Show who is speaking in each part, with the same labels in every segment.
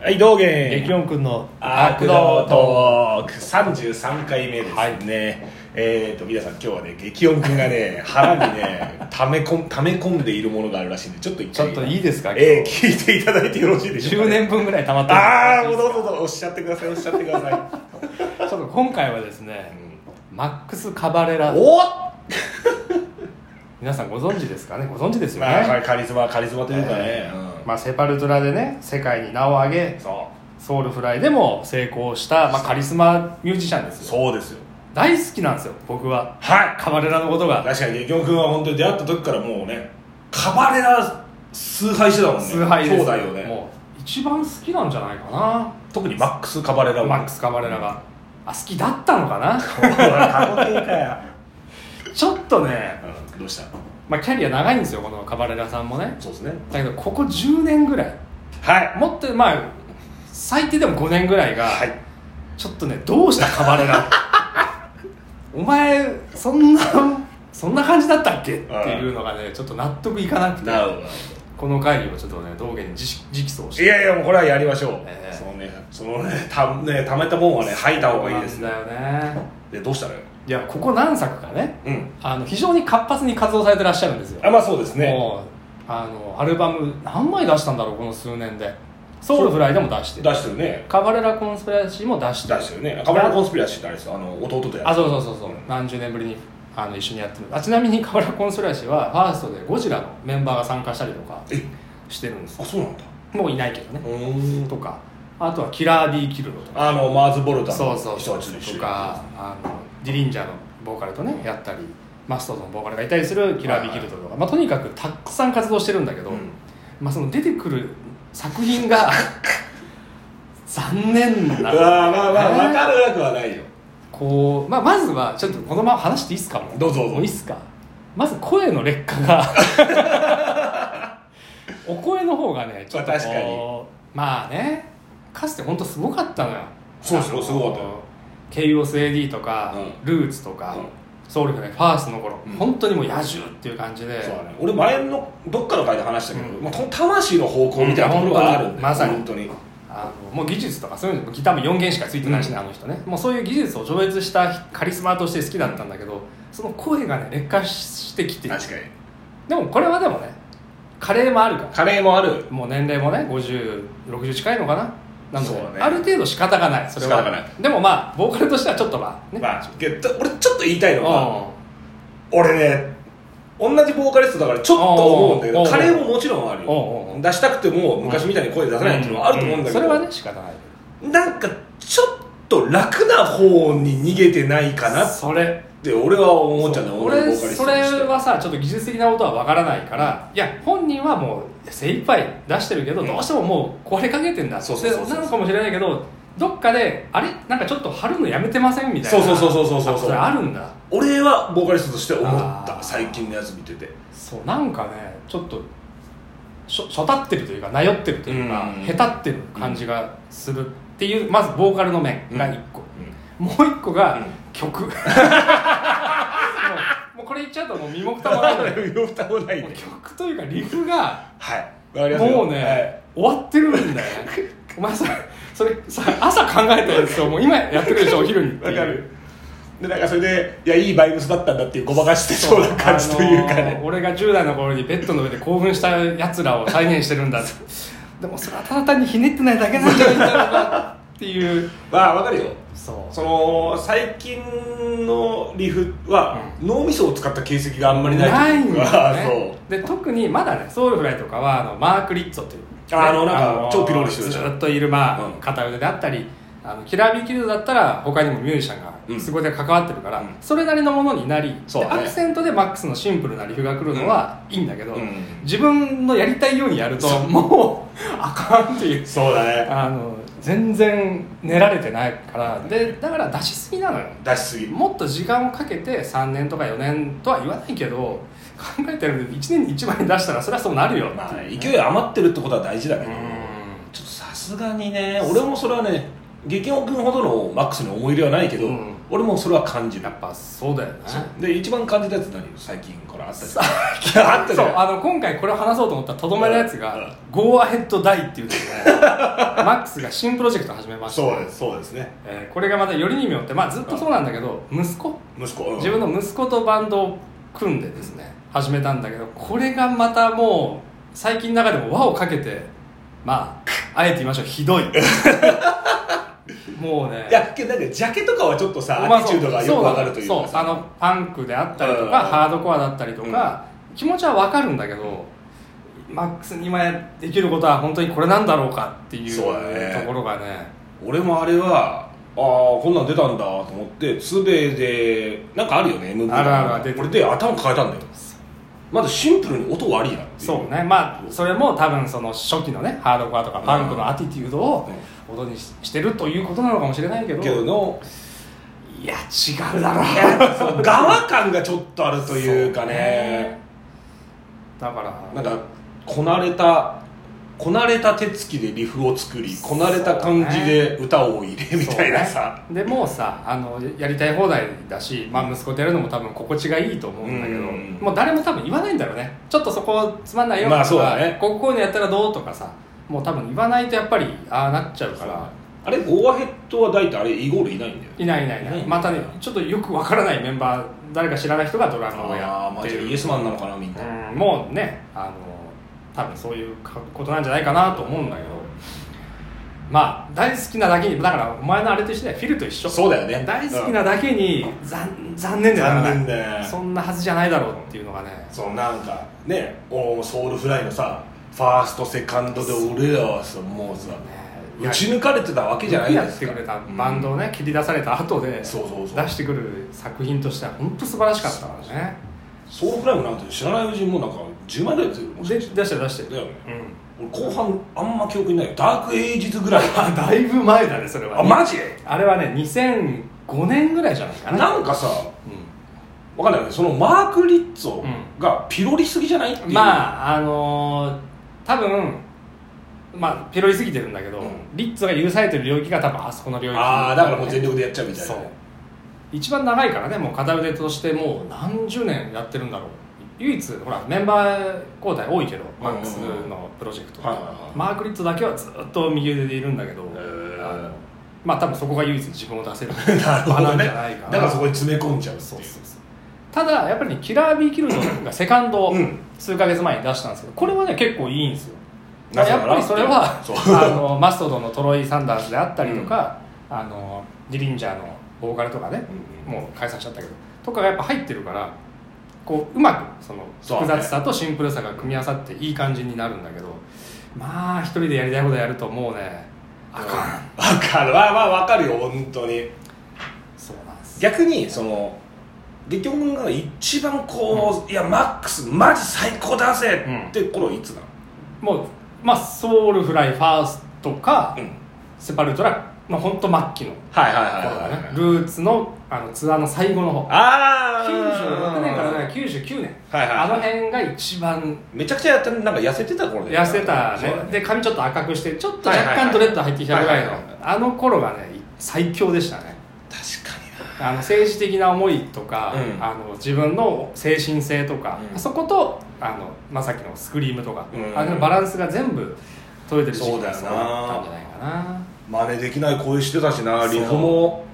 Speaker 1: はい、道
Speaker 2: 激
Speaker 1: 元
Speaker 2: 音くんの
Speaker 1: 悪道トーク33回目ですね、えっ、と皆さん今日はね激音くんが ね腹にね溜め込ん溜め込んでいるものがあるらしいんでちょっと一
Speaker 2: ちょ
Speaker 1: 回
Speaker 2: っといいですか
Speaker 1: えー
Speaker 2: 今日
Speaker 1: 聞いていただいてよろしいでしょう
Speaker 2: 10
Speaker 1: か、ね、
Speaker 2: 年分ぐらい溜まって
Speaker 1: ああ
Speaker 2: る
Speaker 1: もうどうぞどうぞおっしゃってくださいおっしゃってくだ さい、
Speaker 2: ちょっと今回はですね
Speaker 1: う
Speaker 2: マックス・カバレラ
Speaker 1: ん、おっ、
Speaker 2: 皆さんご存知ですかねご存知ですよね、
Speaker 1: まあカリ、カリスマカリスマというかね、うん
Speaker 2: まあ、セパルトラでね世界に名を上げ
Speaker 1: そ
Speaker 2: ソウルフライでも成功した、まあ、カリスマミュージシャンで
Speaker 1: う
Speaker 2: すよ
Speaker 1: そうですよ
Speaker 2: 大好きなんですよ僕は
Speaker 1: はい
Speaker 2: カバレラのことが
Speaker 1: 確かに激音くんは本当に出会った時からもうねカバレラ崇拝してたもんね
Speaker 2: 崇拝です
Speaker 1: そうだよね
Speaker 2: もう一番好きなんじゃないか
Speaker 1: 特にマックス・カバレラ
Speaker 2: な
Speaker 1: は
Speaker 2: マックス・カバレラがあ好きだったのかな
Speaker 1: 過去形かよ、
Speaker 2: ちょっとね、
Speaker 1: うん、どうした
Speaker 2: まあ、キャリア長いんですよこのカバレラさんもね
Speaker 1: そうですね
Speaker 2: だけどここ10年ぐらい
Speaker 1: はい
Speaker 2: もっとまあ最低でも5年ぐらいが、
Speaker 1: はい
Speaker 2: ちょっとねどうしたカバレラ お前そんなそんな感じだったっけっていうのがねちょっと納得いかなくて
Speaker 1: なるほ
Speaker 2: この会議をちょっとね道元に直直訴をし
Speaker 1: ど
Speaker 2: て
Speaker 1: いやいやもうこれはやりましょう、
Speaker 2: ええ
Speaker 1: そのねそのねた ね溜めたもんはね吐いた方がいいですね
Speaker 2: そうなんだよね
Speaker 1: でどうしたらよ
Speaker 2: いやここ何作かね
Speaker 1: うん
Speaker 2: あの非常に活発に活動されてらっしゃるんですよ
Speaker 1: あまあそうですね
Speaker 2: もうあのアルバム何枚出したんだろうこの数年でソウルフライでも出して
Speaker 1: 出してるね
Speaker 2: カバレラコンスピラシーも出して
Speaker 1: 出してるねカバレラコンスピラシーってあれですよあの弟とや
Speaker 2: あ
Speaker 1: る
Speaker 2: そうそうそうそう何十年ぶりにあの一緒にやってるあちなみに河原コンソラシはファーストでゴジラのメンバーが参加したりとか
Speaker 1: え
Speaker 2: してるんです
Speaker 1: あ
Speaker 2: よ
Speaker 1: そうなんだ
Speaker 2: もういないけどね
Speaker 1: う、ーん
Speaker 2: とかあとはキラー・ビー・キルロとか
Speaker 1: あのマーズ・ボルタ
Speaker 2: そ
Speaker 1: の
Speaker 2: うそう
Speaker 1: 人
Speaker 2: そう
Speaker 1: たちと一緒に
Speaker 2: とかあのディリンジャーのボーカルとねやったりマストのボーカルがいたりするキラー・ビー・キルロとか、まあ、とにかくたくさん活動してるんだけど、
Speaker 1: うん
Speaker 2: まあ、その出てくる作品 が残念なの
Speaker 1: うわーまあまあ分からなくはないよ
Speaker 2: こう、まあ、まずはちょっとこのまま話していいですかも
Speaker 1: どうぞどうぞ
Speaker 2: もいいっすかまず声の劣化が お声の方がねちょっとこう
Speaker 1: まあ確かに
Speaker 2: まあねかつて本当すごかったのよ
Speaker 1: そうですよ
Speaker 2: あの
Speaker 1: すごかったよ
Speaker 2: KOSAD とか、
Speaker 1: うん
Speaker 2: ルーツとか、
Speaker 1: うん
Speaker 2: ソウルフライファーストの頃、
Speaker 1: うん
Speaker 2: 本当にもう野獣っていう感じで
Speaker 1: そうだね、俺前のどっかの回で話したけど、
Speaker 2: うん
Speaker 1: まあ、この魂の方向みたいなところがあるんだよ、
Speaker 2: うんまさに
Speaker 1: 本当に
Speaker 2: あのもう技術とかそういうのギターも4弦しかついてないしね、
Speaker 1: うん
Speaker 2: あの人ねもうそういう技術を超越したカリスマとして好きだったんだけどその声がね劣化してきて
Speaker 1: 確かに
Speaker 2: でもこれはでもね加齢もあるか
Speaker 1: カレーもある
Speaker 2: らもう年齢もね5060近いのかななので、
Speaker 1: そうだね
Speaker 2: ある程度仕方がないそれは
Speaker 1: 仕方がない
Speaker 2: でもまあボーカルとしてはちょっとまあね、
Speaker 1: まあけど俺ちょっと言いたいのは
Speaker 2: うん
Speaker 1: 俺ね同じボーカリストだからちょっと思うんだけ
Speaker 2: お
Speaker 1: ど
Speaker 2: うおう
Speaker 1: カレーももちろんある
Speaker 2: おうお
Speaker 1: よ
Speaker 2: う
Speaker 1: 出したくても昔みたいに声出せないっていうのはあると思うんだけ
Speaker 2: それ
Speaker 1: ど、
Speaker 2: はね仕方ない
Speaker 1: なんかちょっと楽な方に逃げてないかなっ
Speaker 2: それ
Speaker 1: て俺は思っちゃうんだよ俺のボ
Speaker 2: 俺
Speaker 1: ーカリス
Speaker 2: そ
Speaker 1: トと
Speaker 2: れ
Speaker 1: して
Speaker 2: はさちょっと技術的なことはわからないからいや本人はもう精一杯出してるけど、
Speaker 1: うん
Speaker 2: どうしてももう壊れかけてんだって
Speaker 1: そうそうそうそう
Speaker 2: なのかもしれないけどどっかであれなんかちょっと張るのやめてませんみたい
Speaker 1: そう
Speaker 2: な
Speaker 1: そうそうそうそうそう
Speaker 2: あそれあるんだ
Speaker 1: 俺はボーカリストとして思っ
Speaker 2: あ
Speaker 1: た
Speaker 2: ー
Speaker 1: 最近のやつ見てて
Speaker 2: そうなんかねちょっとしょしょたってるというかなよってるというか、
Speaker 1: うん
Speaker 2: へたってる感じがするっていうまずボーカルの面が1個、
Speaker 1: うん
Speaker 2: もう1個が
Speaker 1: うん
Speaker 2: 曲、 もうもうこれ言っちゃうともう身も蓋もないん だけど
Speaker 1: 両蓋もない
Speaker 2: もう
Speaker 1: ね
Speaker 2: 曲というかリフが
Speaker 1: はいわかりますよ
Speaker 2: もうね、終わってるんだよねお前さそれさ朝考えたやつをもう今やってるでしょお昼にって
Speaker 1: はいいうわかるでなんかそれでいやいいバイブスだったんだっていうごまかしてそうな感じというか
Speaker 2: あのー
Speaker 1: ね
Speaker 2: 俺が10代の頃にベッドの上で興奮したやつらを再現してる んだってでもそれはただ単にひねってないだけなんじゃないんだろうなっていう
Speaker 1: まあわかるよ
Speaker 2: そう
Speaker 1: その最近のリフは脳みそを使った形跡があんまりない
Speaker 2: ない
Speaker 1: と
Speaker 2: ん
Speaker 1: う
Speaker 2: だ
Speaker 1: か
Speaker 2: よねで特にまだねソウルフライとかはあのマーク・リッツォという、
Speaker 1: ああのなんか超ピロリしてるでし
Speaker 2: ず
Speaker 1: ょ
Speaker 2: っといる、まあ
Speaker 1: うん
Speaker 2: 片腕であったりあのキラービーキルドだったら他にもミュージシャン
Speaker 1: う
Speaker 2: が
Speaker 1: ん
Speaker 2: そこで関わってるから、
Speaker 1: うん
Speaker 2: それなりのものになり、
Speaker 1: そう
Speaker 2: で
Speaker 1: ね
Speaker 2: アクセントでマックスのシンプルなリフが来るのはいいんだけど、
Speaker 1: うん
Speaker 2: 自分のやりたいようにやるともうあかんっていう
Speaker 1: そうだね
Speaker 2: あの全然練られてないからでだから出しすぎなのよ
Speaker 1: 出しすぎ
Speaker 2: もっと時間をかけて3年とか4年とは言わないけど考えてるので1年に1枚出したらそれはそうなるよ
Speaker 1: まあね
Speaker 2: い
Speaker 1: 勢い余ってるってことは大事だけ
Speaker 2: う
Speaker 1: ど
Speaker 2: ん
Speaker 1: ちょっとさすがにね俺もそれはね激音君ほどのマックスに思い入れはないけど
Speaker 2: うん
Speaker 1: 俺もそれは感じる
Speaker 2: やっぱそうだよね
Speaker 1: で一番感じたやつ何最近からあったじゃん あったじ
Speaker 2: そう
Speaker 1: ゃん
Speaker 2: あの今回これを話そうと思ったとどめのやつ
Speaker 1: うん
Speaker 2: が「Go Ahead Die」っていうですねマックスが新プロジェクトを始めました
Speaker 1: そうですそうですね
Speaker 2: えーこれがまたよりにもよって、まあ、ずっとそうなんだけど息子
Speaker 1: 息子、うん
Speaker 2: 自分の息子とバンドを組んでですね始めたんだけどこれがまたもう最近の中でも輪をかけてまああえて言いましょうひどいもうね
Speaker 1: いやけどなんかジャケとかはちょっとさ
Speaker 2: まあ
Speaker 1: アティチュードがよくわかるという
Speaker 2: そう
Speaker 1: か
Speaker 2: そうあのパンクであったりと
Speaker 1: うん
Speaker 2: かハードコアだったりとか、気持ちはわかるんだけど、マックスに今できることは本当にこれなんだろうかっていう
Speaker 1: そうだね
Speaker 2: ところがね
Speaker 1: 俺もあれはああこんなん出たんだと思ってつべでなんかあるよね MV
Speaker 2: あるある出てる
Speaker 1: 俺で頭変えたんだよまずシンプルに音悪いなってい
Speaker 2: そうねまあそれも多分その初期のねハードコアとかパンクのアティテュードを音にししてるということなのかもしれないけど
Speaker 1: けどの
Speaker 2: いや違うだろう
Speaker 1: そう側感がちょっとあるというかね
Speaker 2: だから
Speaker 1: なんかこなれたこなれた手つきでリフを作りこなれた感じで歌を入れみたいなさ、
Speaker 2: そうねでもうさあのやりたい放題だし、まあ、息子とやるのも多分心地がいいと思うんだけど、
Speaker 1: うん
Speaker 2: もう誰も多分言わないんだろうねちょっとそこつまんないよとか、
Speaker 1: まあそうだね
Speaker 2: こうこういうのやったらどうとかさもう多分言わないとやっぱりああなっちゃうから
Speaker 1: あれゴーアヘッドは大体あれイゴールいないんだよ
Speaker 2: いないいないいない、
Speaker 1: うん
Speaker 2: またねちょっとよくわからないメンバー誰か知らない人がドラムを
Speaker 1: ああ
Speaker 2: や
Speaker 1: ま
Speaker 2: っ
Speaker 1: あ
Speaker 2: て
Speaker 1: じゃあ
Speaker 2: る
Speaker 1: イエスマンなのかなみんな、
Speaker 2: うんもうねあの多分そういうことなんじゃないかなと思うんだけどまあ大好きなだけにだからお前のあれと一緒だよフィルと一緒
Speaker 1: そうだよね
Speaker 2: 大好きなだけに残残念でならない
Speaker 1: 残念だね
Speaker 2: そんなはずじゃないだろうっていうのがね
Speaker 1: そのなんかねおソウルフライのさファーストセカンドで俺らはさもうさ打ち抜かれてたわけじゃない
Speaker 2: や
Speaker 1: で
Speaker 2: っ
Speaker 1: す
Speaker 2: て
Speaker 1: か
Speaker 2: くれたバンドをね切り出された後で
Speaker 1: そうそうそう
Speaker 2: 出してくる作品としては本当素晴らしかったからね
Speaker 1: ソウルフライもなんて知らないうちにもうなんか10枚ぐらい出てるもし
Speaker 2: で
Speaker 1: か
Speaker 2: 出
Speaker 1: し
Speaker 2: しててる出して
Speaker 1: だ
Speaker 2: る
Speaker 1: よね
Speaker 2: うん
Speaker 1: 俺後半あんま記憶にないよダークエイジズぐらい
Speaker 2: あだいぶ前だねそれは
Speaker 1: あマジ
Speaker 2: あれはね2005年ぐらいじゃないかな
Speaker 1: なんかさわかんないよねそのマーク・リッツォ
Speaker 2: うん
Speaker 1: がピロリしすぎじゃないっていう、
Speaker 2: まああのー多分まあピロリすぎてるんだけど、
Speaker 1: うん
Speaker 2: リッツが許されてる領域が多分あそこの領域
Speaker 1: ああだからもう全力でやっちゃうみたい
Speaker 2: そ
Speaker 1: な
Speaker 2: う一番長いからねもう片腕としてもう何十年やってるんだろう唯一ほらメンバー交代多いけどマックスのプロジェクト、
Speaker 1: はいはいはい
Speaker 2: マークリットだけはずっと右腕でいるんだけど、
Speaker 1: へー
Speaker 2: あのまあ多分そこが唯一自分を出せる
Speaker 1: なるほど
Speaker 2: 場なん
Speaker 1: ね
Speaker 2: じゃないかな
Speaker 1: だからそこに詰め込んじゃうってい
Speaker 2: そううそうそうただやっぱりね、キラー・ビー・キルドがセカンドを
Speaker 1: うん
Speaker 2: 数ヶ月前に出したんですけどこれはね結構いいんですよ
Speaker 1: な
Speaker 2: まあ
Speaker 1: ぜな
Speaker 2: や
Speaker 1: ら
Speaker 2: っぱりそれは
Speaker 1: そう
Speaker 2: あのマストドンのトロイ・サンダースであったりとか、あのディリンジャーのボーカルとかね、
Speaker 1: うん
Speaker 2: もう解散しちゃったけどとかがやっぱ入ってるからこううまくその
Speaker 1: そう
Speaker 2: 複
Speaker 1: ね
Speaker 2: 雑さとシンプルさが組み合わさっていい感じになるんだけど、まあ一人でやりたいことやるともうねあかん
Speaker 1: わかるわまあわかるよ本当に
Speaker 2: そうなんです
Speaker 1: 逆にその劇曲君が一番こう、いやマックスマジ最高だぜ
Speaker 2: うん
Speaker 1: って頃いつなの、
Speaker 2: もうまあソウルフライファーストか、
Speaker 1: うん
Speaker 2: セパルトラまあ本当末期の
Speaker 1: はいはいは
Speaker 2: 頃だ
Speaker 1: い
Speaker 2: ね
Speaker 1: はい
Speaker 2: ルーツのあのツアーの最後の方
Speaker 1: ああ
Speaker 2: 96年からなんか99年、
Speaker 1: はいはい
Speaker 2: あの辺が一番
Speaker 1: めちゃくちゃやったなんか痩せてた頃ね
Speaker 2: 痩せた
Speaker 1: そうだ
Speaker 2: ねで髪ちょっと赤くしてちょっと
Speaker 1: はい
Speaker 2: 若
Speaker 1: はいはい
Speaker 2: 干ドレッド入ってきたぐらいの
Speaker 1: はいはいはい
Speaker 2: あの頃がね最強でしたね
Speaker 1: 確かにな
Speaker 2: あの政治的な思いとか、
Speaker 1: うん
Speaker 2: あの自分の精神性とか、
Speaker 1: うん
Speaker 2: そことあのまさっきのスクリームとか、
Speaker 1: うん
Speaker 2: あのバランスが全部取れてる時
Speaker 1: そう
Speaker 2: 期
Speaker 1: だ
Speaker 2: が
Speaker 1: よな
Speaker 2: そうだったんじゃないかな
Speaker 1: 真似できない声してたしな
Speaker 2: そう
Speaker 1: リフも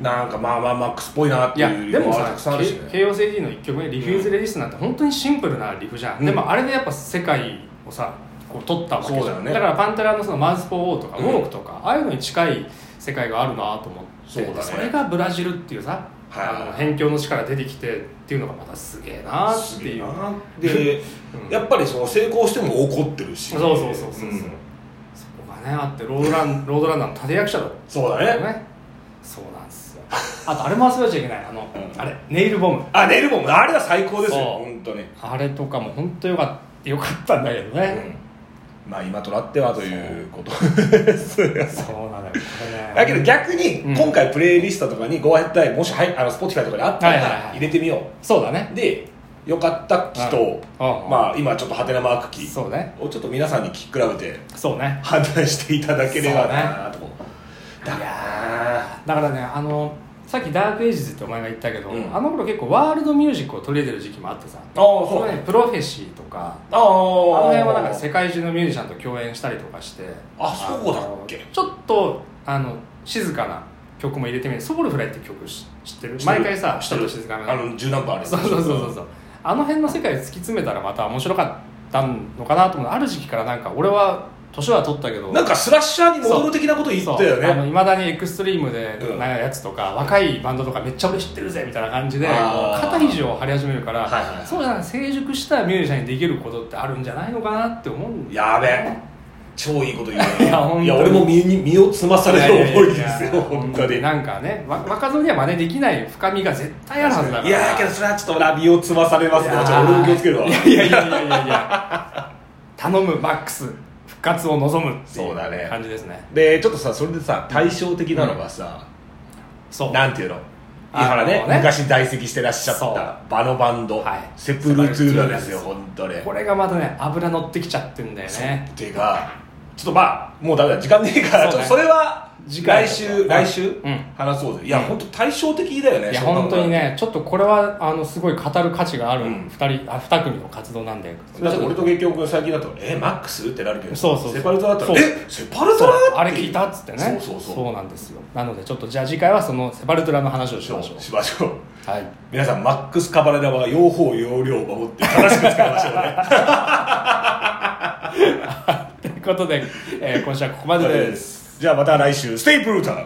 Speaker 1: なんかまあまあマックスっぽいなって
Speaker 2: いや
Speaker 1: いうリ
Speaker 2: で
Speaker 1: フ
Speaker 2: も
Speaker 1: はた
Speaker 2: さ
Speaker 1: くさんあるしね
Speaker 2: KOCD の一曲目「リフューズ・レディス」なんて本当にシンプルなリフじゃん、
Speaker 1: うん
Speaker 2: でもあれでやっぱ世界をさこう取ったわけじゃん
Speaker 1: そうだよね
Speaker 2: からパンテラのその「マウス・フォー・オー」とか「ウ
Speaker 1: うん
Speaker 2: ォーク」とか、ああいうのに近い世界があるなと思って
Speaker 1: そうだね
Speaker 2: れがブラジルっていうさ、
Speaker 1: はいはいはい
Speaker 2: あの辺境の地から出てきてっていうのがまたすげえなっ
Speaker 1: す
Speaker 2: て
Speaker 1: げ
Speaker 2: い
Speaker 1: え
Speaker 2: う
Speaker 1: なで、
Speaker 2: うん
Speaker 1: やっぱりその成功しても怒ってるし
Speaker 2: そうそうそうそうそう、
Speaker 1: ん
Speaker 2: そこがねあってロードランロ ードランナーの立役者だ
Speaker 1: そうだね
Speaker 2: そうなんですよあとあれも忘れちゃいけないあの、
Speaker 1: うん
Speaker 2: あれネイルボム
Speaker 1: あネイルボムあれは最高ですよ
Speaker 2: そう
Speaker 1: 本当に
Speaker 2: あれとかも本当よかったよかったんだけどね、
Speaker 1: まあ今となってはということ
Speaker 2: そうなのよこれ ね
Speaker 1: だけど逆に
Speaker 2: うん
Speaker 1: 今回プレイリストとかに Go Ahead Die もしはいあの Spotify とかにあった
Speaker 2: はいはい
Speaker 1: ら
Speaker 2: はい
Speaker 1: 入れてみよう、
Speaker 2: そうだね
Speaker 1: でよかった人
Speaker 2: うんうん
Speaker 1: まあ今ちょっとハテナマークキー
Speaker 2: そうね
Speaker 1: をちょっと皆さんに聞き比べて
Speaker 2: そうね
Speaker 1: 判断していただければなと、
Speaker 2: だからねあのさっきダークエイジズってお前が言ったけど、
Speaker 1: うん
Speaker 2: あの頃結構ワールドミュージックを取り入れてる時期もあってさ
Speaker 1: ああそう
Speaker 2: そ
Speaker 1: だ
Speaker 2: れ
Speaker 1: ね
Speaker 2: ねプロフェシーとか
Speaker 1: ああ
Speaker 2: あの
Speaker 1: あ
Speaker 2: 辺はなんか世界中のミュージシャンと共演したりとかして
Speaker 1: あそうだっけ
Speaker 2: あのちょっとあの静かな曲も入れてみる「ソウルフライ」って曲し知ってる
Speaker 1: 知ってる
Speaker 2: 毎回さ
Speaker 1: 知
Speaker 2: ち
Speaker 1: って
Speaker 2: ょっ
Speaker 1: る
Speaker 2: と静かな
Speaker 1: あの十何パーあれ
Speaker 2: そうそうそうそうそうあの辺の世界を突き詰めたらまた面白かったのかなと思うある時期からなんか俺は年は取ったけど
Speaker 1: なんかスラッシャーに戻る的なこと言ったよ
Speaker 2: そうあの
Speaker 1: ね
Speaker 2: いまだにエクストリームで
Speaker 1: うん
Speaker 2: なんややつとか、若いバンドとかめっちゃ俺知ってるぜみたいな感じでこう
Speaker 1: あー
Speaker 2: 肩肘を張り始めるから、
Speaker 1: はいはいはい
Speaker 2: そうじゃない成熟したミュージシャンにできることってあるんじゃないのかなって思うんだよ
Speaker 1: やべえ超いいこと言うね
Speaker 2: いや本当に
Speaker 1: いや俺も身に身をつまされる思い
Speaker 2: いや
Speaker 1: で
Speaker 2: い
Speaker 1: す
Speaker 2: やい
Speaker 1: よ
Speaker 2: や
Speaker 1: 本当に
Speaker 2: なんかねわ若造には真似できない深みが絶対あるはずだから
Speaker 1: いやーけどそれはちょっと俺は身をつまされますねちょっと俺も気をつけるわ
Speaker 2: いやいやいやいやいやいや頼むマックス復活を望むってい
Speaker 1: そうだね
Speaker 2: う感じですね
Speaker 1: でちょっとさそれでさ対照的なのがさ、
Speaker 2: そう
Speaker 1: なんていうの井
Speaker 2: あ
Speaker 1: 原ね
Speaker 2: そうね
Speaker 1: 昔在籍してらっしゃっ
Speaker 2: そう
Speaker 1: た場のバンド、
Speaker 2: はい
Speaker 1: セプルトゥーラですよ
Speaker 2: セ
Speaker 1: 本当ね
Speaker 2: これがまたね油乗ってきちゃってんだよね
Speaker 1: てかちょっとまあもうダメだ時間ねえから
Speaker 2: そうね
Speaker 1: ちょっとそれは
Speaker 2: 次回
Speaker 1: 来週来週、
Speaker 2: うん
Speaker 1: 話そうぜいや、
Speaker 2: うん
Speaker 1: 本当対照的だよね
Speaker 2: いや
Speaker 1: そんなの
Speaker 2: 本当にねちょっとこれはあのすごい語る価値がある
Speaker 1: うん
Speaker 2: 2人、あ2組の活動なんでちょ
Speaker 1: だ
Speaker 2: っ
Speaker 1: って
Speaker 2: と
Speaker 1: 俺と月京君最近だと「えマックス?」ってなるけど
Speaker 2: そうそうそう
Speaker 1: セパルトラだった
Speaker 2: そう
Speaker 1: ら「えセパルトラ?」
Speaker 2: あれ聞いたっつってね
Speaker 1: そうそうそう
Speaker 2: なんですよなのでちょっとじゃあ次回はそのセバルトラの話をし
Speaker 1: そ
Speaker 2: ま
Speaker 1: う
Speaker 2: しょう
Speaker 1: しましょう
Speaker 2: はい
Speaker 1: 皆さんマックスカバレラは用法用量を守って正しく使いましょうね
Speaker 2: ということで、えー今週はここまでです
Speaker 1: じゃあまた来週ステイプルーター